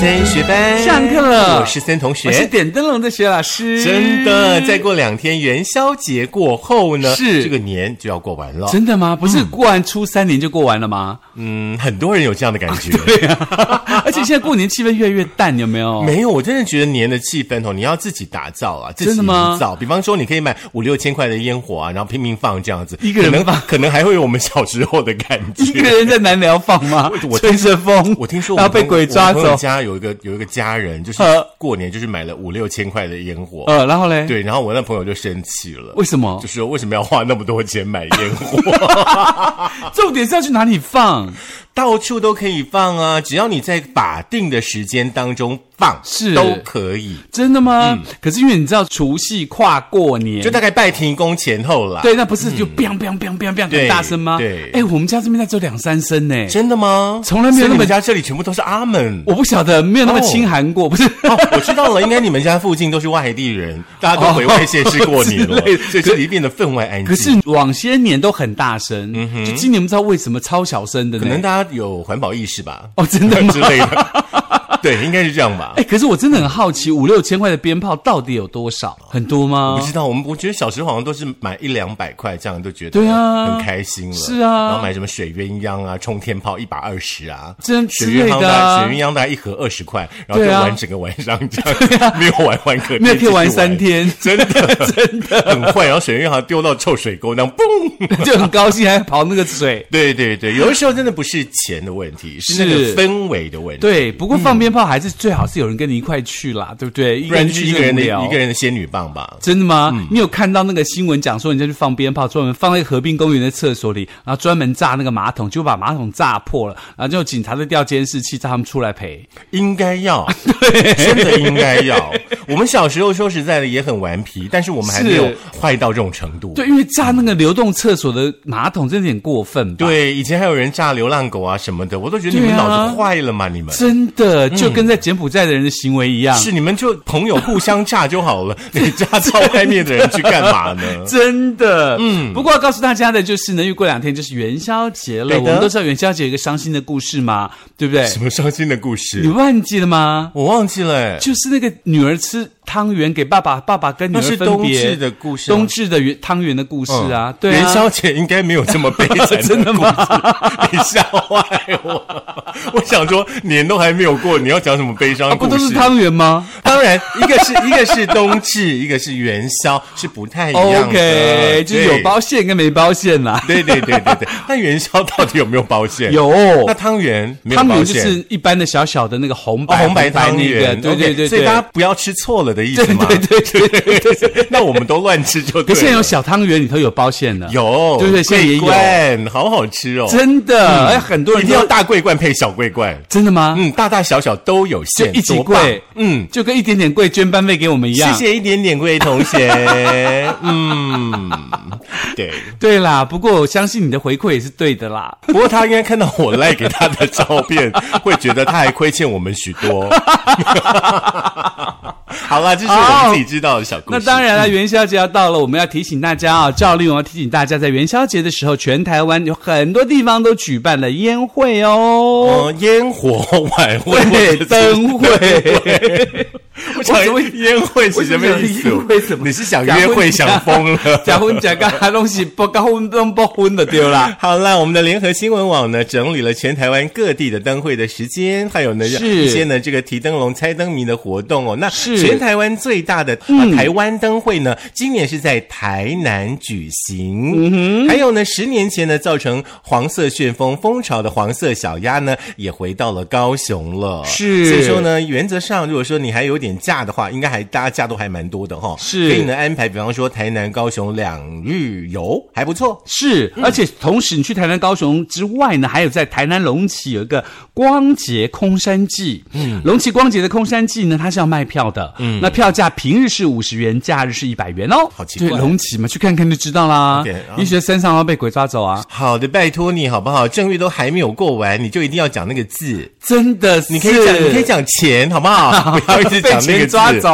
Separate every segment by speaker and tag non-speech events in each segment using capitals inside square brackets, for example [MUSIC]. Speaker 1: 三学班
Speaker 2: 上课了
Speaker 1: 我是森同
Speaker 2: 我是
Speaker 1: 学。
Speaker 2: 点灯笼的薛老师，
Speaker 1: 真的，再过两天元宵节过后呢，
Speaker 2: 是
Speaker 1: 这个年就要过完了。
Speaker 2: 真的吗？不是过完初三年就过完
Speaker 1: [LAUGHS]
Speaker 2: 了吗？
Speaker 1: 嗯，很多人有这样的感
Speaker 2: [LAUGHS]
Speaker 1: 觉。
Speaker 2: 而且现在过年气氛越来越淡，有没有？
Speaker 1: 没有，我真的觉得年的气氛哦，你要自己打造啊，自己
Speaker 2: 真的吗
Speaker 1: 营造。比方说，你可以买五六千块的烟火啊，然后拼命放这样子，
Speaker 2: 一个人
Speaker 1: 可能 [LAUGHS] 可能还会有我们小时候的感觉。
Speaker 2: [LAUGHS] 一个人在南寮放吗？
Speaker 1: 我
Speaker 2: 吹着风，
Speaker 1: 我听说我
Speaker 2: 然
Speaker 1: 们
Speaker 2: 后被
Speaker 1: 朋
Speaker 2: 鬼抓
Speaker 1: 我朋友
Speaker 2: 走，
Speaker 1: 家有一个有一个家人，就是
Speaker 2: 呃
Speaker 1: 过年就是买了五六千块的烟火，
Speaker 2: 呃，然后嘞，
Speaker 1: 对，然后我那朋友就生气了，
Speaker 2: 为什么
Speaker 1: 就？说为什么要花那么多钱买烟火？
Speaker 2: 重点是要去哪里放？
Speaker 1: [LAUGHS] 到处都可以放啊，只要你在法定的时间当中放，
Speaker 2: 是
Speaker 1: 都可以，
Speaker 2: 真的吗？可是因为你知道除夕跨过年
Speaker 1: 嗯就。大概拜停工前后啦。，
Speaker 2: 哎对，那不是就 biang biang biang biang biang
Speaker 1: 对
Speaker 2: 很大声吗？
Speaker 1: 对
Speaker 2: 哎，我们家这边才只有两三声呢，
Speaker 1: 真的吗？
Speaker 2: 从来没有那么
Speaker 1: 所以你们家这里全部都是阿门。
Speaker 2: 我不晓得，没有那么
Speaker 1: 哦
Speaker 2: 清寒过，不是？
Speaker 1: 哦， [LAUGHS] 我知道了，应该你们家附近都是外地
Speaker 2: [LAUGHS]
Speaker 1: 人，大家都回外县市过年了，
Speaker 2: 哦之类的
Speaker 1: 所以这里变得分外安静。
Speaker 2: 可是往些年都很大声，就今年不知道为什么超小声的
Speaker 1: 嗯
Speaker 2: 呢？
Speaker 1: 可能大家有环保意识吧，
Speaker 2: [LAUGHS] 哦真
Speaker 1: [LAUGHS]
Speaker 2: 的吗
Speaker 1: 之类的， [LAUGHS] 对，应该是这样吧
Speaker 2: 哎、。可是我真的很好奇，五六千块的鞭炮到底有多少？很多吗
Speaker 1: 不？知道，我们我觉得小时候好像都是买一两百块，这样都觉得
Speaker 2: 对啊
Speaker 1: 很开心了。
Speaker 2: 是啊
Speaker 1: 然后买什么水鸳鸯啊、冲天炮一把二十啊，
Speaker 2: 真
Speaker 1: 水
Speaker 2: 之类
Speaker 1: 鸳鸯
Speaker 2: 的
Speaker 1: 大
Speaker 2: 啊
Speaker 1: 水鸳鸯大概一盒二十块，然后就
Speaker 2: 对啊
Speaker 1: 玩整个晚上这样，没有玩完可
Speaker 2: [LAUGHS] 没
Speaker 1: 直
Speaker 2: 有可
Speaker 1: 接
Speaker 2: 以
Speaker 1: 去
Speaker 2: 玩三，天，
Speaker 1: [LAUGHS] 真
Speaker 2: [LAUGHS]
Speaker 1: 的真的很坏。然后水鸳鸯好像丢到臭水沟，那样嘣。
Speaker 2: 就很高兴，还跑那个水。
Speaker 1: [LAUGHS] 对对对，有的时候真的不是钱的问题，是那个
Speaker 2: 是
Speaker 1: 氛围的问题。
Speaker 2: 对，不过放鞭炮还是最好是有人跟你一块去啦，对不对？一
Speaker 1: 嗯不然就是一个人的
Speaker 2: 真无聊
Speaker 1: 一个。人的嗯仙女棒吧。
Speaker 2: 真的吗？你有看到那个新闻讲说人家去放鞭炮，专门放在河滨公园的厕所里，然后专门炸那个马桶，就把马桶炸破了，然后就警察在调监视器，叫他们出来赔。
Speaker 1: 应该要，真的应该要。我们小时候说实在的也很顽皮，但是我们还没有
Speaker 2: 是
Speaker 1: 坏到这种程度。
Speaker 2: 对，因为炸那个流动厕所的马桶真的有点过分吧？
Speaker 1: 对以前还有人炸流浪狗啊什么的，我都觉得你们
Speaker 2: 对啊
Speaker 1: 脑子坏了嘛，你们。
Speaker 2: 真的就跟在柬埔寨的人的行为一样，
Speaker 1: 是你们就朋友互相炸就好
Speaker 2: [LAUGHS]
Speaker 1: 了，你炸到外面的人去干嘛呢？
Speaker 2: 真的。嗯，不过要告诉大家的就是呢，因为过两天就是元宵
Speaker 1: 对
Speaker 2: 节了，
Speaker 1: 的
Speaker 2: 我们都知道元宵节有一个伤心的故事嘛，对不对？
Speaker 1: 什么伤心的故
Speaker 2: 你
Speaker 1: 事？
Speaker 2: 忘记了吗？
Speaker 1: 我忘记了、欸。
Speaker 2: 就是那个女儿吃汤圆给爸爸，爸爸跟女
Speaker 1: 那
Speaker 2: 儿
Speaker 1: 是
Speaker 2: 分别。
Speaker 1: 冬至的故事啊
Speaker 2: 冬至的元汤圆的故事啊，
Speaker 1: 嗯
Speaker 2: 对啊，
Speaker 1: 元宵节应该没有这么悲
Speaker 2: [LAUGHS]
Speaker 1: 惨
Speaker 2: 真的吗
Speaker 1: 故事？ [LAUGHS] 你吓坏我！我想说，年都还没有过，你要讲什么悲伤
Speaker 2: 啊
Speaker 1: 的
Speaker 2: 不
Speaker 1: 故事？
Speaker 2: 都是汤圆吗？
Speaker 1: 当然，一个是一个是冬至，一个是元宵，是不太一样的。
Speaker 2: OK，就是有包馅跟没包馅啦。
Speaker 1: 对。对对对对对，那元宵到底有没有包馅？。
Speaker 2: 有
Speaker 1: 那汤圆没有
Speaker 2: 汤
Speaker 1: 包
Speaker 2: 圆就
Speaker 1: 馅？
Speaker 2: 是一般的小小的那个红
Speaker 1: 哦
Speaker 2: 白、，
Speaker 1: 红白汤
Speaker 2: 那个
Speaker 1: 圆，，
Speaker 2: 对
Speaker 1: OK，
Speaker 2: 对对
Speaker 1: 所以
Speaker 2: 对
Speaker 1: 大家不要吃错了的意思
Speaker 2: 对
Speaker 1: 嘛。
Speaker 2: 对对对对。
Speaker 1: 对，那我们都乱吃就对了。
Speaker 2: [LAUGHS] 可现在有小汤圆里头有包馅的，
Speaker 1: 有，
Speaker 2: 对对现在也有
Speaker 1: 桂冠好好吃哦，
Speaker 2: 真的，哎，很多
Speaker 1: 一
Speaker 2: 人
Speaker 1: 定
Speaker 2: 都
Speaker 1: 要大桂冠配小桂冠，
Speaker 2: 真的吗？
Speaker 1: 嗯，大大小小都有
Speaker 2: 就
Speaker 1: 馅，
Speaker 2: 一级
Speaker 1: 多棒
Speaker 2: 贵，
Speaker 1: 嗯，
Speaker 2: 就跟一点点贵捐班费给我们一
Speaker 1: 谢
Speaker 2: 样。
Speaker 1: 谢一点点贵同学，嗯，对。
Speaker 2: 对啦，不过我相信你的回馈也是对的啦。
Speaker 1: 不过他应该看到我赖给他的照
Speaker 2: [LAUGHS]
Speaker 1: 片，会觉得他还亏欠我们许多。 [LAUGHS] 好啦，这是我们自己知道的小故事。
Speaker 2: 那当然了，元宵节要到了，我们要提醒大家啊，照例我们要提醒大家，在元宵节的时候，全台湾有很多地方都举办了宴会哦，
Speaker 1: 呃，烟火晚会、
Speaker 2: 对
Speaker 1: 或者是
Speaker 2: 灯 [LAUGHS] 会，
Speaker 1: [LAUGHS] 我想
Speaker 2: 怎么
Speaker 1: 烟会是什么意思？
Speaker 2: [LAUGHS] 我怎么以为什么
Speaker 1: 你是想约会
Speaker 2: [LAUGHS]
Speaker 1: 想疯了？
Speaker 2: 假婚假干东西不搞婚都不婚的丢啦。
Speaker 1: [LAUGHS] 好啦，我们的联合新闻网呢，整理了全台湾各地的灯会的时间，还有呢
Speaker 2: 是
Speaker 1: 一些呢这个提灯笼、猜灯谜的活动哦。那
Speaker 2: 是嗯
Speaker 1: 全台湾最大的、啊、台湾灯会呢，今年是在台南举行。嗯哼，还有呢，十年前呢造成黄色旋风风潮的黄色小鸭呢，也回到了高雄了。
Speaker 2: 是
Speaker 1: 所以说呢，原则上如果说你还有点假的话，应该还大家假都还蛮多的哈、哦。
Speaker 2: 是
Speaker 1: 可以呢安排，比方说台南、高雄两日游，还不错。
Speaker 2: [LAUGHS] 是，而且同时你去台南、高雄之外呢，还有在台南龙崎有一个光节空山祭。嗯，龙崎光节的空山祭呢，它是要卖票的。嗯，那票价平日是五十元，假日是一百元哦。
Speaker 1: 好奇怪
Speaker 2: 对，龙崎嘛，去看看就知道啦。
Speaker 1: OK，啊
Speaker 2: 也许在山上要被鬼抓走啊！
Speaker 1: 好的，拜托你好不好？正月都还没有过完，你就一定要讲那个字。
Speaker 2: 真的是， [LAUGHS]
Speaker 1: 你可以讲，你可以讲钱，好不好？不要一直讲那
Speaker 2: 被请
Speaker 1: 个
Speaker 2: 抓
Speaker 1: 字
Speaker 2: 走。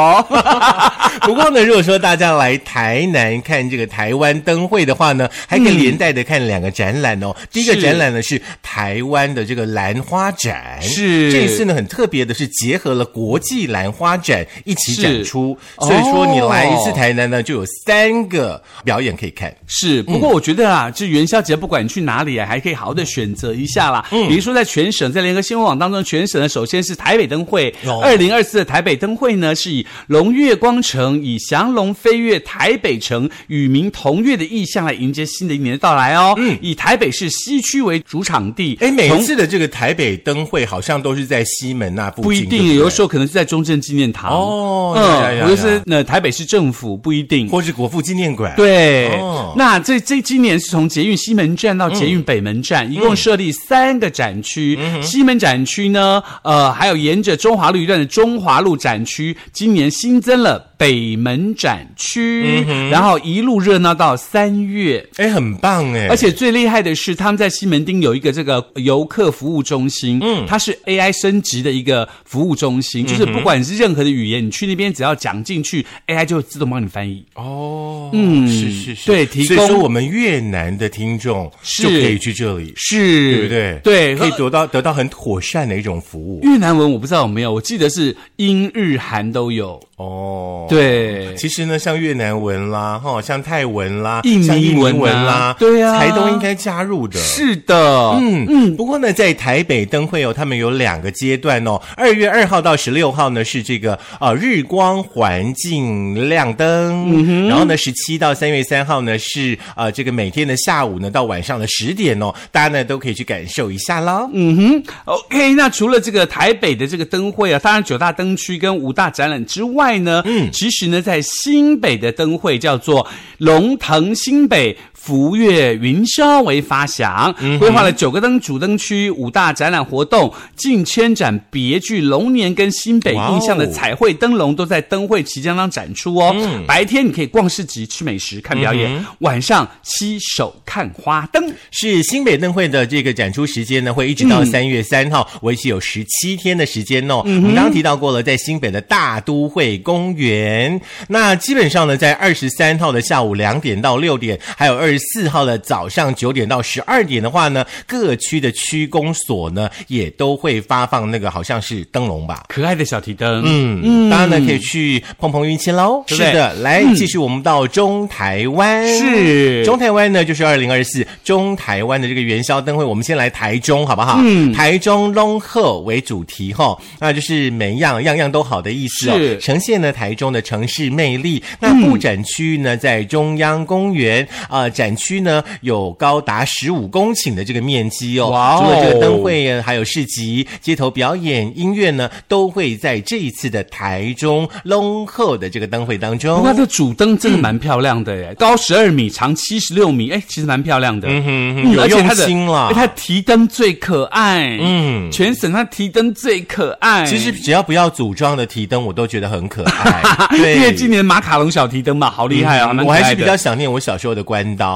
Speaker 1: 不过呢，如果说大家来台南看这个台湾灯会的话呢，还可以连带的看两个展览哦。第一个
Speaker 2: 是
Speaker 1: 展览呢是台湾的这个兰花展，
Speaker 2: 是
Speaker 1: 这次呢很特别的是结合了国际兰花展一起
Speaker 2: 是
Speaker 1: 展出，所以说
Speaker 2: 哦
Speaker 1: 你来一次台南呢就有三个表演可以看。
Speaker 2: 是，
Speaker 1: 嗯
Speaker 2: 不过我觉得啊，这元宵节不管去哪里啊，还可以好好的选择一下啦。
Speaker 1: 嗯
Speaker 2: 比如说在全省，在联合新闻网当中，全省呢首先是台北灯会，
Speaker 1: 哦
Speaker 2: 二零二四的台北灯会呢是以龙月光城，以降龙飞跃台北城，与民同乐的意象来迎接新的一年的到来哦。嗯，以台北市西区为主场地，
Speaker 1: 哎，每一
Speaker 2: 从
Speaker 1: 次的这个台北灯会好像都是在西门那附
Speaker 2: 不一
Speaker 1: 近，对
Speaker 2: 定，
Speaker 1: 对
Speaker 2: 有的时候可能是在中正纪念堂
Speaker 1: 哦呀呀呀
Speaker 2: 嗯，或者是那台北市政府不一定。
Speaker 1: 或是国父纪念馆，
Speaker 2: 对，
Speaker 1: 哦
Speaker 2: 那这这今年是从捷运西门站到捷运北门站，
Speaker 1: 嗯
Speaker 2: 一共设立三个展区。西门展区呢，呃，还有沿着中华路一段的中华路展区，今年新增了北门展
Speaker 1: 嗯
Speaker 2: 区，然后一路热闹到三月。
Speaker 1: 哎，很棒哎，
Speaker 2: 而且最厉害的是，他们在西门町有一个这个游客服务中心，嗯，它是 AI 升级的一个服务中心，就是
Speaker 1: 嗯
Speaker 2: 不管是任何的语言，你去那边只要讲进去，AI 就自动帮你翻译。
Speaker 1: 哦，嗯，是是是，
Speaker 2: 对提
Speaker 1: 所以说
Speaker 2: 供
Speaker 1: 我们越南的听众
Speaker 2: 是
Speaker 1: 就可以去这里，
Speaker 2: 是，
Speaker 1: 对不对？
Speaker 2: 对，
Speaker 1: 可以
Speaker 2: 呃
Speaker 1: 得到得到很妥善的一种服务
Speaker 2: 越南文我不知道有没有，我记得是英日韩都有。
Speaker 1: 哦。。
Speaker 2: 对，
Speaker 1: 其实呢，像越南文啦，哈，像泰文啦，
Speaker 2: 印尼
Speaker 1: 像印尼
Speaker 2: 文啊
Speaker 1: 文啦，
Speaker 2: 对啊
Speaker 1: 才都应该加入的。
Speaker 2: 是的，
Speaker 1: 嗯嗯，不过呢，在台北灯会哦，他们有两个阶段哦。二月二号到十六号呢是这个呃日光环境亮灯，然后呢十七到三月三号呢是呃这个每天的下午呢到晚上的十点哦，大家呢都可以去感受一下啦。嗯，
Speaker 2: OK，那除了这个台北的这个灯会啊，当然九大灯区跟五大展览之外呢，嗯，其实呢，在新北的灯会叫做龙腾新北。福月云霄为发祥，规划了九个灯主灯区、五大展览活动、近千盏别具龙年跟新北印象的
Speaker 1: 哇哦
Speaker 2: 彩绘灯笼，都在灯会期间当展出哦。白天你可以逛市集、吃美食、看表演，晚上洗手看花灯。
Speaker 1: 是新北灯会的这个展出时间呢，会一直到三月三号，为期有十七天的时间哦。我们刚刚提到过了，在新北的大都会公园，那基本上呢，在二十三号的下午两点到六点，还有二十四号的早上九点到十二点的话呢，各区的区公所呢也都会发放那个好像是灯笼吧。
Speaker 2: 可爱的小提灯，
Speaker 1: 嗯，大家呢可以去碰碰运气喽。
Speaker 2: 是
Speaker 1: 是的，来嗯继续我们到中台湾。
Speaker 2: 是
Speaker 1: 中台湾呢，就是二零二四中台湾的这个元宵灯会，我们先来台中好不好？嗯，台中龙鹤为主题哈、那就是每样样样都好的意思哦
Speaker 2: 是，
Speaker 1: 呈现呢台中的城市魅力。那布展区呢在中央公园啊、呃展区呢有高达十五公顷的这个面积哦。
Speaker 2: 哇哦
Speaker 1: 除了这个灯会。会啊还有市集、街头表演、音乐呢，都会在这一次的台中龙后的这个灯会当
Speaker 2: 不过它
Speaker 1: 中。
Speaker 2: 的主灯真的
Speaker 1: 嗯
Speaker 2: 蛮漂亮的耶，高十二米，长七十六米，哎，其实蛮漂亮的。嗯
Speaker 1: 嗯哼有
Speaker 2: 而且它
Speaker 1: 用
Speaker 2: 的
Speaker 1: 心啦
Speaker 2: 哎。它的提灯最可爱。嗯，全省它提灯最可爱。
Speaker 1: 其实只要不要组装的提灯，我都觉得很可爱。对，
Speaker 2: [LAUGHS] 因为今年马卡龙小提灯嘛，好厉害啊！
Speaker 1: 嗯
Speaker 2: 蛮
Speaker 1: 我
Speaker 2: 可爱
Speaker 1: 还是比
Speaker 2: 的
Speaker 1: 较想念我小时候的关
Speaker 2: [LAUGHS]
Speaker 1: 刀。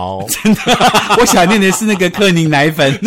Speaker 2: 我想念的是那个克宁
Speaker 1: [LAUGHS]
Speaker 2: 奶粉。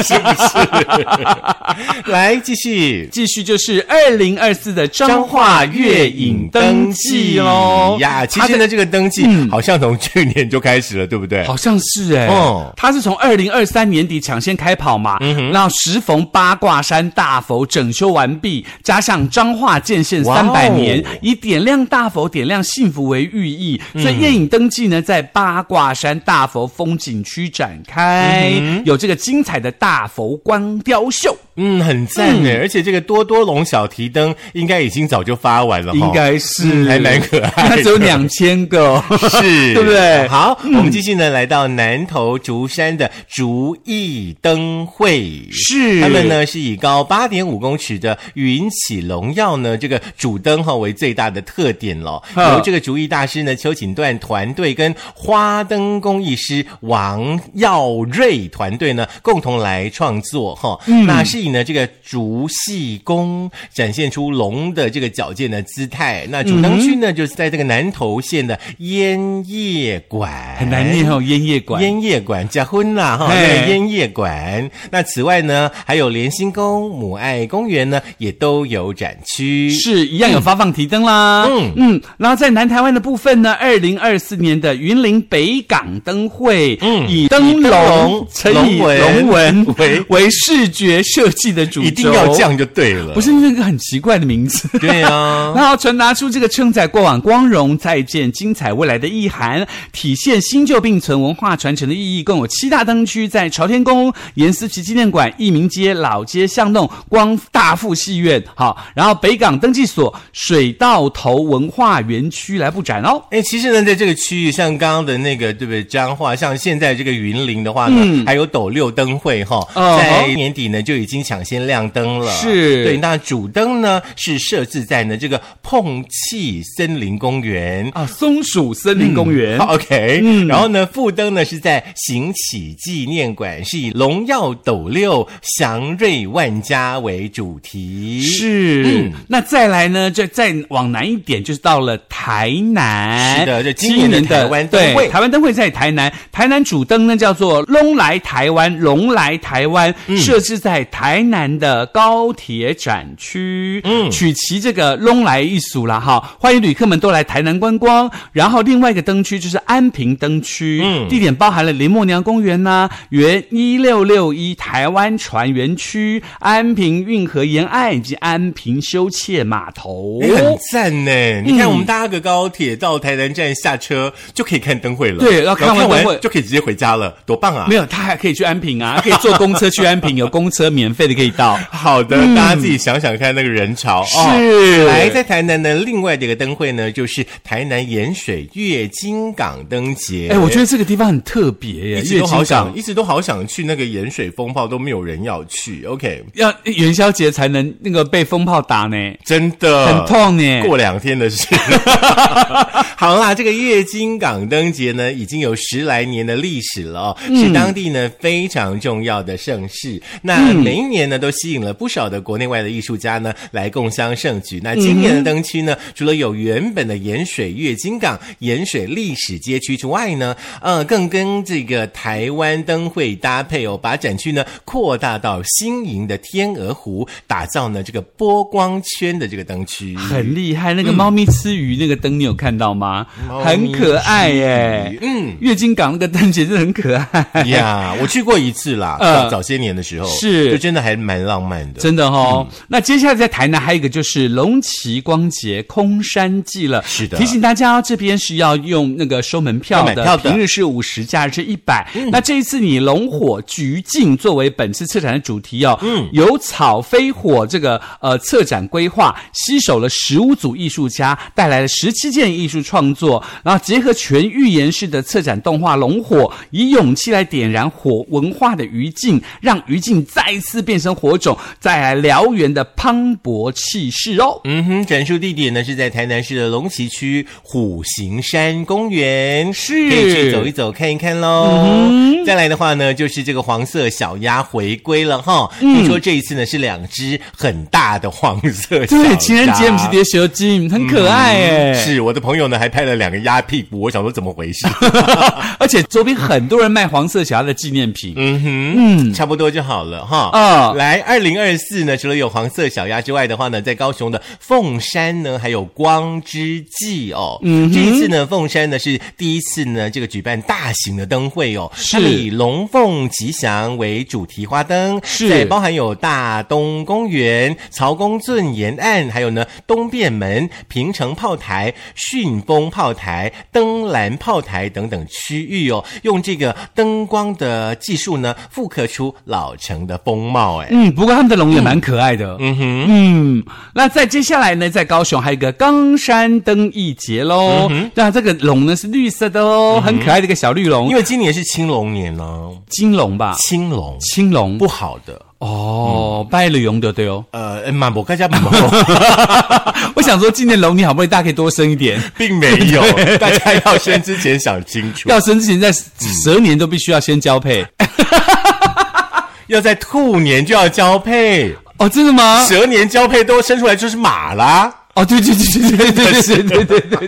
Speaker 1: 来，啊继续。
Speaker 2: 继续就是二零二四的彰化月影灯记喽
Speaker 1: 嗯呀，其
Speaker 2: 它
Speaker 1: 实
Speaker 2: 的嗯
Speaker 1: 呢，这个登记好像从去年就开始了，对不对？
Speaker 2: 好像是哎、
Speaker 1: 哦嗯
Speaker 2: 他是从二零二三年底抢先开跑嘛，然后时逢八卦山大佛整修完毕，加上彰化建县
Speaker 1: 哇
Speaker 2: 三
Speaker 1: 哦
Speaker 2: 百年，以点亮大佛、点亮幸福为寓意，
Speaker 1: 嗯
Speaker 2: 所以夜影灯记呢在八卦山大佛风景区展开，有这个精彩的大佛光雕秀，
Speaker 1: 嗯，很赞呢。而且这个多多龙小提灯应该已经早就发完了哈，
Speaker 2: 应该是、
Speaker 1: 哦嗯还蛮可爱的
Speaker 2: 它只有两千个。哦
Speaker 1: [LAUGHS] 是，
Speaker 2: 对不对嗯
Speaker 1: 好，我们继续呢，来到南投竹山的竹艺灯会。
Speaker 2: 是
Speaker 1: 他们呢是以高八点五公尺的云起龙耀呢这个主灯哈、为最大的特点了，
Speaker 2: 哈
Speaker 1: 由这个竹艺大师呢邱锦段团队跟花灯工
Speaker 2: 嗯
Speaker 1: 艺师王耀瑞团队呢共同来创作哈、那是以以呢，这个竹戏宫展现出龙的这个矫健的姿态。那主灯区
Speaker 2: 嗯
Speaker 1: 呢，就是在这个南投县的烟叶馆，
Speaker 2: 很难念哦，烟叶馆。
Speaker 1: 烟叶馆结婚啦哈，
Speaker 2: 嘿
Speaker 1: 那烟叶馆。那此外呢，还有莲心宫、母爱公园呢，也都有展区。
Speaker 2: 是一样有发放提灯啦，
Speaker 1: 嗯
Speaker 2: 嗯，然后在南台湾的部分呢，二零二四年的云林北港灯会，
Speaker 1: 嗯
Speaker 2: 以灯笼
Speaker 1: 笼
Speaker 2: 乘以
Speaker 1: 龙纹
Speaker 2: 龙纹
Speaker 1: 为
Speaker 2: 为视觉设计的主轴，
Speaker 1: 一定要这，样就对了，
Speaker 2: 不是那个很奇怪的名字。
Speaker 1: 对啊。
Speaker 2: 然后传达出这个承载过往光荣、再见、精彩未来的意涵，体现新旧并存文化传承的意义。共有七大灯区，在朝天宫、严思齐纪念馆、益民街、老街巷弄、光大富戏院，好，然后北港登记所、水稻头文化园区来布展哦。
Speaker 1: 哎，其实呢，在这个区域，像刚刚的那个，对不对？彰化，像现在这个云林的话呢，
Speaker 2: 嗯
Speaker 1: 还有斗六灯会哈、
Speaker 2: 哦
Speaker 1: 在年底呢就已经抢先亮灯了。
Speaker 2: 是
Speaker 1: 对，那主灯呢是设置在呢这个碰气森林公园。
Speaker 2: 啊，松鼠森林公园。
Speaker 1: 好 [LAUGHS] OK，、然
Speaker 2: 嗯
Speaker 1: 后呢，副灯呢是在行启纪念馆，是以荣耀斗六、祥瑞万家为主题。
Speaker 2: 是，嗯那再来呢？就再往南一点，就是到了台南。
Speaker 1: 是的这今年的
Speaker 2: 七
Speaker 1: 台湾灯会
Speaker 2: 对台湾灯会在台南。台南主灯呢叫做“龙来台湾”，龙来台湾
Speaker 1: 嗯
Speaker 2: 设置在台南的高铁展区，嗯，取其这个“龙来”一俗啦，哈，欢迎旅客们都来台南观光。然后另外一个灯区就是安平灯区，
Speaker 1: 嗯
Speaker 2: 地点包含了林默娘公园呐、原一六六一台湾船园区、安平运河沿岸以及安平修切码头。
Speaker 1: 哎很赞
Speaker 2: 哦
Speaker 1: 呢！你看，我们搭个高铁到台南站下车就可以看灯会了，
Speaker 2: 对
Speaker 1: 然后
Speaker 2: 要看完
Speaker 1: 看完
Speaker 2: 灯会
Speaker 1: 就可以直接回家了，多棒啊
Speaker 2: 没！有，他还可以去安平啊，可以坐公车去安平，有公车免费的可以到。
Speaker 1: 好的，大家自己想想看那个人潮哦。
Speaker 2: 是
Speaker 1: 来，在台南呢，另外的一个灯会呢，就是台南盐水月经港灯节。
Speaker 2: [LAUGHS] 哎，我觉得这个地方很特别耶，
Speaker 1: 一直
Speaker 2: 月
Speaker 1: 都好
Speaker 2: 经港
Speaker 1: 想，一直都好想去那个盐水风炮，都没有人要去。OK，
Speaker 2: 要元宵节才能那个被风炮打呢，
Speaker 1: 真的
Speaker 2: 很痛耶。
Speaker 1: 过两天的事。 [LAUGHS] 好啊啦，这个月经港灯节呢，已经有十来年的历史了哦，是当地呢非常重要的盛事。那每一年呢，都吸引了不少的国内外的艺术家呢来共襄盛举。那今年的灯区呢，除了有原本的盐水月经港、盐水历史街区之外呢，呃，更跟这个台湾灯会搭配哦，把展区呢扩大到新营的天鹅湖，打造呢这个波光圈的这个灯区。
Speaker 2: 很厉害，那个猫咪吃鱼那个灯，你有看到吗？
Speaker 1: 猫咪
Speaker 2: 很可爱耶
Speaker 1: 吃鱼。嗯，
Speaker 2: 月经港那个灯其实很可爱。
Speaker 1: 呀我去过一次啦，
Speaker 2: [LAUGHS] 呃
Speaker 1: 早早些年的时候，
Speaker 2: 是
Speaker 1: 就真的还蛮浪漫的。
Speaker 2: 真的
Speaker 1: 嗯
Speaker 2: 哦，那接下来在台南还有一个就是龙旗光节空山祭了，
Speaker 1: 是的
Speaker 2: 提醒大家哦，这边是要用那个收门票
Speaker 1: 要买
Speaker 2: 的，
Speaker 1: 票的嗯
Speaker 2: 平日是五十，假日是一百、那这一次你龙火菊镜作为本次策展的主题哦，嗯，由草飞火这个呃策展规划，吸手了十五组艺术家，带来了十七件艺术创作，然后结合全预言式的策展动画龙火，以勇气来点燃火文化的余烬，让余烬再次变成火种，再来燎原的磅礴气势哦。
Speaker 1: 嗯哼，展出地点呢是在台南市的龙崎区虎形山公园，
Speaker 2: 是嗯
Speaker 1: 可以去走一走看一看喽。再来的话呢，就是这个黄色小鸭回归了哈，
Speaker 2: 嗯
Speaker 1: 听说这一次呢是两只很大的黄色小鸭。
Speaker 2: 对，情人节我们是叠球精，很可爱哎、
Speaker 1: 嗯是我的朋友呢还拍了两个鸭屁股，我想说怎么回事？
Speaker 2: 而且周边很多人卖黄色小鸭的纪念品。
Speaker 1: 嗯哼，嗯，差不多就好了哈。
Speaker 2: 啊
Speaker 1: 来，二零二四呢，除了有黄色小鸭之外的话呢，在高雄的凤山呢，还有光之祭哦。嗯，这一次呢，凤山呢是第一次呢，这个举办大型的灯会哦。
Speaker 2: 是
Speaker 1: 他们以龙凤吉祥为主题花灯，
Speaker 2: 是
Speaker 1: 在包含有大东公园、曹公圳沿岸，还有呢东便门、平城炮台、顺风炮台、登兰炮台等等区域哦，用这个灯光的技术呢，复刻出老城的风貌。哎，
Speaker 2: 嗯，不过他们的龙也蛮可爱的。嗯哼，嗯，那再接下来呢，在高雄还有一个冈山灯艺节喽。那这个龙呢是绿色的哦，很可爱的一个小绿龙
Speaker 1: 因，为今年是青龙年呢、
Speaker 2: 金龙吧，
Speaker 1: 青龙
Speaker 2: 青龙。
Speaker 1: 不好的，
Speaker 2: 哦，拜了龙的对哦。
Speaker 1: 呃，马博看一下马博。
Speaker 2: 我想说，今年龙你好不容易大家可以多生一点，
Speaker 1: [LAUGHS] 并没有，大家要生之前想清楚。
Speaker 2: 要生之前在蛇年都必须要先交配。
Speaker 1: 要在兔年就要交配，
Speaker 2: 哦，真的吗？
Speaker 1: 蛇年交配都生出来就是马啦。
Speaker 2: 哦，对对对对对对对对对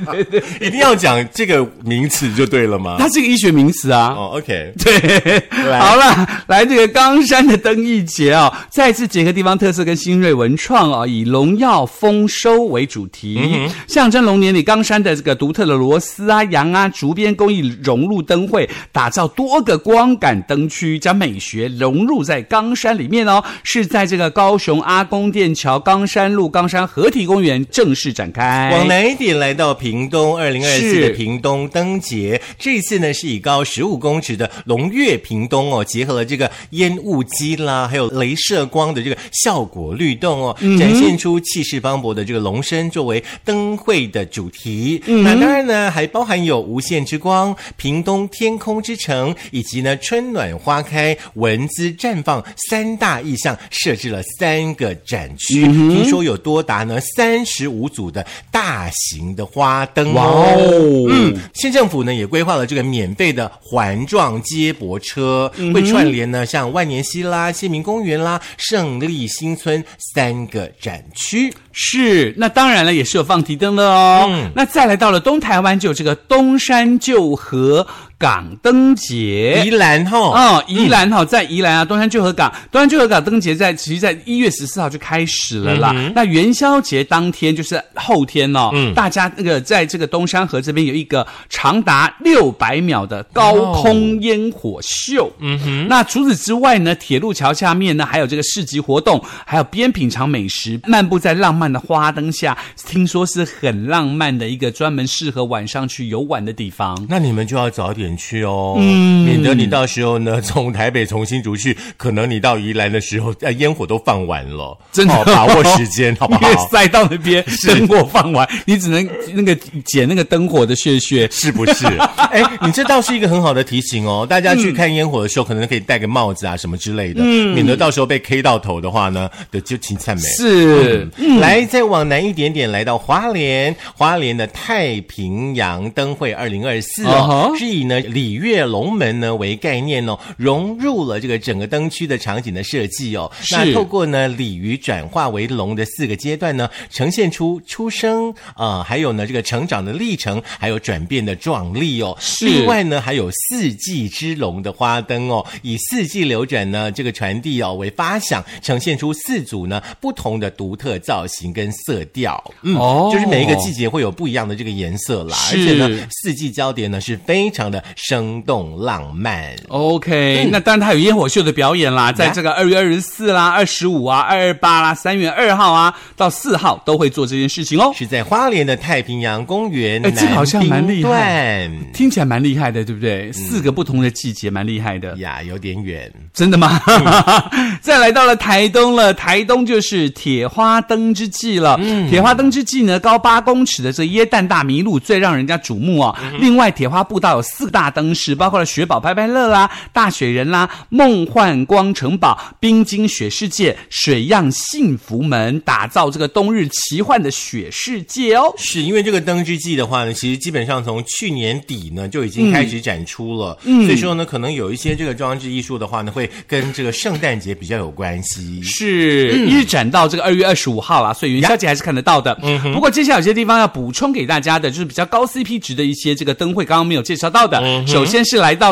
Speaker 2: 对对对，
Speaker 1: [LAUGHS] 一定要讲这个名词就对了吗？
Speaker 2: 它是个医学名词啊。
Speaker 1: 哦，OK，
Speaker 2: [LAUGHS] 对，
Speaker 1: 来
Speaker 2: 好了，来这个冈山的灯艺节啊、再次结合地方特色跟新锐文创啊、以荣耀丰收为主题，象征龙年里冈山的这个独特的螺丝啊、羊啊、竹编工艺融入灯会，打造多个光感灯区，将美学融入在冈山里面哦，是在这个高雄阿公店桥冈山路冈山合体公园正式展开。
Speaker 1: 往南一点来到屏东，二零二四
Speaker 2: 是
Speaker 1: 的屏东灯节，这一次呢是以高十五公尺的龙月屏东哦，结合了这个烟雾机啦，还有镭射光的这个效果律动哦，
Speaker 2: 嗯
Speaker 1: 展现出气势磅礴的这个龙身作为灯会的主题。
Speaker 2: 嗯
Speaker 1: 那当然呢，还包含有无限之光、屏东天空之城，以及呢春暖花开、文姿绽放三大意象，设置了三个展区。
Speaker 2: 嗯
Speaker 1: 听说有多达呢三十五组的大型的花灯
Speaker 2: 哇哦
Speaker 1: 嗯，县政府呢也规划了这个免费的环状接驳车，会串联呢像万年溪啦、县民公园啦、胜利新村三个展区。
Speaker 2: 是，那当然了，也是有放提灯的哦。那再来到了东台湾，就有这个东山旧河港灯
Speaker 1: 宜
Speaker 2: 节。
Speaker 1: 兰哈、
Speaker 2: 哦，宜兰哈、在宜兰啊，东山旧河港，东山旧河港灯节在其实，在一月十四号就开始了啦。那元宵节当天就是后天哦，大家那个在这个东山河这边有一个长达六百秒的高空烟火秀。嗯哼，那除此之外呢，铁路桥下面呢还有这个市集活动，还有边品尝美食，漫步在浪漫的花灯下，听说是很浪漫的一个专门适合晚上去游玩的地方。
Speaker 1: 那你们就要早点去哦，嗯，免得你到时候呢从台北从新竹去，可能你到宜兰的时候，呃，烟火都放完了，
Speaker 2: 真的
Speaker 1: 好把握时间，好不
Speaker 2: [LAUGHS] 因为
Speaker 1: 好？
Speaker 2: 塞到
Speaker 1: [LAUGHS]
Speaker 2: 那边灯火放完，你只能那个捡那个灯火的血血。
Speaker 1: 是不是？ [LAUGHS] 哎，你这倒是一个很好的提醒哦。大家去看烟火的时候，可能可以戴个帽子啊什么之类的，免得到时候被 K 到头的话呢，对，就请赞美。
Speaker 2: 是，
Speaker 1: 嗯来，再往南一点点，来到花莲，花莲的太平洋灯会二零二四哦
Speaker 2: 啊哈
Speaker 1: 是以呢礼乐龙门呢为概念哦，融入了这个整个灯区的场景的设计哦。
Speaker 2: 是
Speaker 1: 那透过呢鲤鱼转化为龙的四个阶段呢，呈现出出生啊、呃还有呢这个成长的历程，还有转变的壮丽哦。
Speaker 2: 是
Speaker 1: 另外呢还有四季之龙的花灯哦，以四季流转呢这个传递哦为发想，呈现出四组呢不同的独特造型跟色调。嗯，
Speaker 2: 哦
Speaker 1: 就是每一个季节会有不一样的这个颜色啦，
Speaker 2: 是
Speaker 1: 而且呢四季交叠呢是非常的生动浪漫。
Speaker 2: OK，、那当然它有烟火秀的表演啦，在这个二月二十四啦、二十五啊、二二八啦、三月二号啊到四号都会做这件事情哦。
Speaker 1: 是在花莲的太平洋公园
Speaker 2: 哎
Speaker 1: 南
Speaker 2: 这个好像蛮厉害
Speaker 1: 滨段
Speaker 2: 听起来蛮厉害的，对不
Speaker 1: 嗯
Speaker 2: 对？四个不同的季节，蛮厉害的。
Speaker 1: 呀，有点远。
Speaker 2: 真的吗？ [LAUGHS] 再来到了台东了，台东就是铁花灯之季了。铁花灯之季呢，高八公尺的这椰蛋大麋鹿最让人家瞩目哦。另外，铁花步道有四大灯饰，包括了雪宝拍拍乐啦、大雪人啦、梦幻光城堡、冰晶雪世界、水漾幸福门，打造这个冬日奇幻的雪世界哦。
Speaker 1: 是因为这个灯之季的话呢，其实基本上从去年底呢就已经开始展出了，所以说呢，可能有一些这个装置艺术的话呢，会跟这个圣诞节比较有关系。
Speaker 2: 是、嗯一直展到这个二月二十五号啦，啊所以元宵节还是看得到的。
Speaker 1: 嗯
Speaker 2: 不过接下来有些地方要补充给大家的，就是比较高 CP 值的一些这个灯会，刚刚没有介绍到的。首先是来到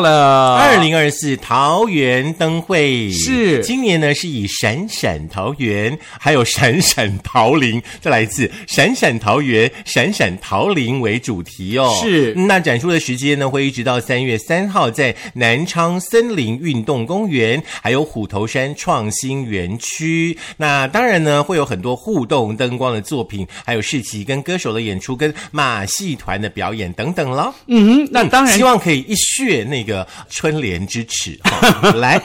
Speaker 1: 嗯
Speaker 2: 了
Speaker 1: 二。零二四桃园灯会
Speaker 2: 是
Speaker 1: 今年呢是以闪闪桃园，还有闪闪桃林，再来一次闪闪桃园、闪闪桃林为主题哦。
Speaker 2: 是
Speaker 1: 那展出的时间呢会一直到三月三号，在南昌森林运动公园，还有虎头山创新园区。那当然呢会有很多互动灯光的作品，还有市集跟歌手的演出，跟马戏团的表演等等咯。
Speaker 2: 嗯 [LAUGHS] 哼，那当然
Speaker 1: 希望可以一血那个春联之耻。
Speaker 2: [LAUGHS]
Speaker 1: 哈来，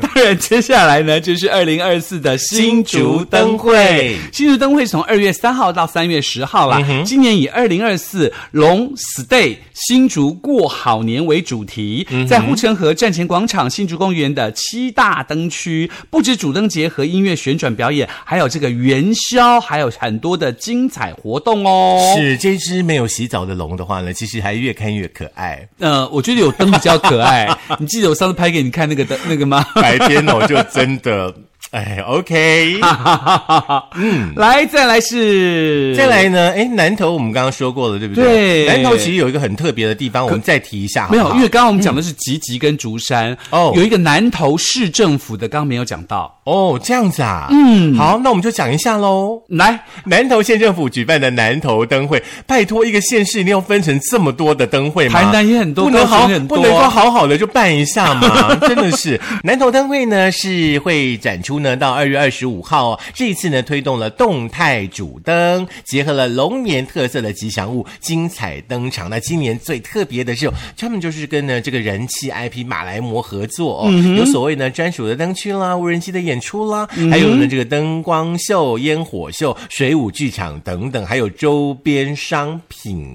Speaker 2: 当然，接下来呢就是二零二四的新竹灯会。嗯新竹灯会从二月三号到三月十号啦。今年以二零二四龙 Stay 新竹过好年为主题，在护城河站前广场新竹公园的七大灯区，不止主灯节和音乐旋转表演，还有这个元宵，还有很多的精彩活动哦。
Speaker 1: 是这只没有洗澡的龙的话呢，其实还越看越可爱。
Speaker 2: 呃，我觉得有灯比较可爱。 [LAUGHS] 你记得我上次拍给你看那个灯那个吗？
Speaker 1: 白天哦，就真的， [LAUGHS] 哎，OK。
Speaker 2: 啊嗯， [LAUGHS] 来，再来是
Speaker 1: 再来呢，哎，南投我们刚刚说过了，对不
Speaker 2: 对
Speaker 1: 南投其实有一个很特别的地方，我们再提一下好
Speaker 2: 没
Speaker 1: 不
Speaker 2: 有，
Speaker 1: 好
Speaker 2: 因为刚刚我们讲的是吉吉跟竹山，
Speaker 1: 哦
Speaker 2: 有一个南投市政府的，刚刚没有讲到。
Speaker 1: 哦，这样子啊，嗯，好，那我们就讲一下喽。
Speaker 2: 来，
Speaker 1: 南投县政府举办的南投灯会，拜托一个县市一定要分成这么多的灯会吗？
Speaker 2: 台南也很多
Speaker 1: 不能
Speaker 2: 高
Speaker 1: 好
Speaker 2: 雄也很多啊
Speaker 1: 不能够好好的就办一下吗？ [LAUGHS] 真的是南投灯会呢是会展出呢到二月二十五号、哦，这一次呢推动了动态主灯，结合了龙年特色的吉祥物，精彩登场。那今年最特别的是哦，他们就是跟呢这个人气 IP 马来貘合作哦，有所谓呢专属的灯区啦、无人机的演出啦，还有呢这个灯光秀、烟火秀、水舞剧场等等，还有周边商品。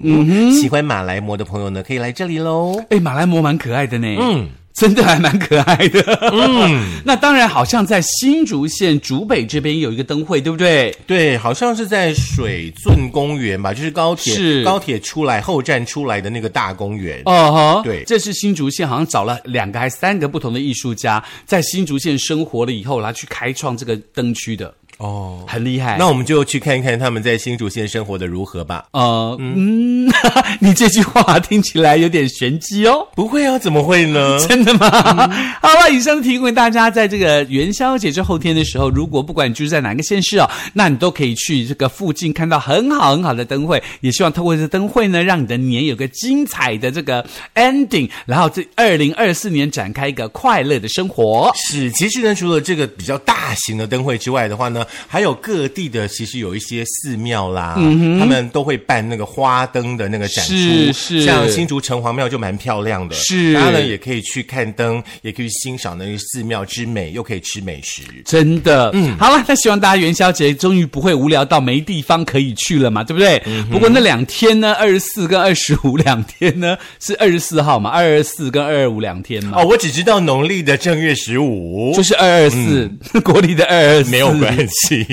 Speaker 1: 喜欢马来貘的朋友呢，可以来这里喽。
Speaker 2: 哎，马来貘蛮可爱的呢。
Speaker 1: 嗯。
Speaker 2: 真的还蛮可爱的，嗯， [LAUGHS] 那当然，好像在新竹县竹北这边有一个灯会，对不对？
Speaker 1: 对，好像是在水圳公园吧，就是高铁
Speaker 2: 是
Speaker 1: 高铁出来后站出来的那个大公园。
Speaker 2: 哦、
Speaker 1: 对
Speaker 2: 这是新竹县好像找了两个还三个不同的艺术家，在新竹县生活了以后，然后去开创这个灯区的，
Speaker 1: 哦，
Speaker 2: 很厉害。
Speaker 1: 那我们就去看看他们在新竹县生活的如何吧。
Speaker 2: 呃，嗯， [LAUGHS] 你这句话听起来有点玄机哦。
Speaker 1: 不会啊，怎么会呢？
Speaker 2: [LAUGHS] 真的吗？好了，以上提供给大家，在这个元宵节这后天的时候，如果不管你住在哪个县市哦，那你都可以去这个附近看到很好很好的灯会。也希望透过这灯会呢，让你的年有个精彩的这个 ending，然后这二零二四年展开一个快乐的生活。
Speaker 1: 是，其实呢，除了这个比较大型的灯会之外的话呢，还有各地的其实有一些寺庙啦，他们都会办那个花灯的那个展出，
Speaker 2: 嗯是是
Speaker 1: 像新竹城隍庙就蛮漂亮的，
Speaker 2: 是
Speaker 1: 大家呢也可以去看灯，也可以欣赏那个寺庙之美，又可以吃美食。
Speaker 2: 真的，嗯，好了，那希望大家元宵节终于不会无聊到没地方可以去了嘛，对不对？不过那两天呢，二十四跟二十五两天呢是二十四号嘛，二二四跟二二五两天嘛，
Speaker 1: 哦，我只知道农历的正月十五，
Speaker 2: 就是二二四， [LAUGHS] 国历的二
Speaker 1: 哦
Speaker 2: 二四
Speaker 1: 嗯没有关系，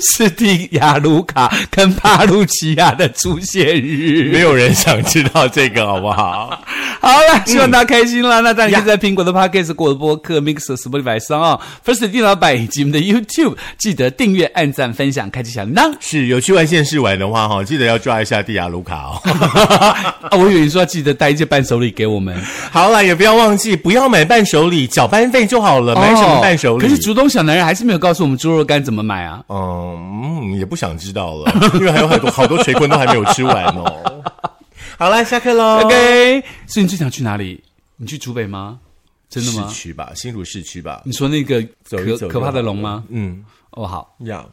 Speaker 2: [LAUGHS] 是蒂亚卢卡跟帕路奇亚的出现日。
Speaker 1: 没有人想知道这个，好不好？
Speaker 2: 好了，
Speaker 1: 嗯
Speaker 2: 希望大家开心啦。那当然可以在苹果的 Podcast、果的播客、Mixer、Spotify 上哦，First 电脑版以及我们的 YouTube，记得订阅、按赞、分享、开启小
Speaker 1: [LAUGHS]
Speaker 2: 铃铛。
Speaker 1: 是有去外县市玩的话，哈，记得要抓一下蒂亚卢卡哦。 [LAUGHS]
Speaker 2: 啊，我以为你说要记得带一件伴手礼给我们，
Speaker 1: 好了，也不要忘记，不要买伴手礼，缴班费就好了，买什么伴手礼？
Speaker 2: 哦可是竹东小男人还是没有告诉我们猪肉干怎么买啊。
Speaker 1: 嗯，嗯也不想知道了，因为还有很多好多垂坤都还没有吃完哦。
Speaker 2: [LAUGHS]
Speaker 1: 好了，下课喽。
Speaker 2: OK，所以你最想去哪里？你去竹北吗？真的
Speaker 1: 市
Speaker 2: 吗？
Speaker 1: 区吧，新竹市区吧，
Speaker 2: 你说那个
Speaker 1: 走一
Speaker 2: 可
Speaker 1: 走就
Speaker 2: 可怕的
Speaker 1: 好
Speaker 2: 龙吗？
Speaker 1: 嗯，
Speaker 2: 哦，好。
Speaker 1: 这样。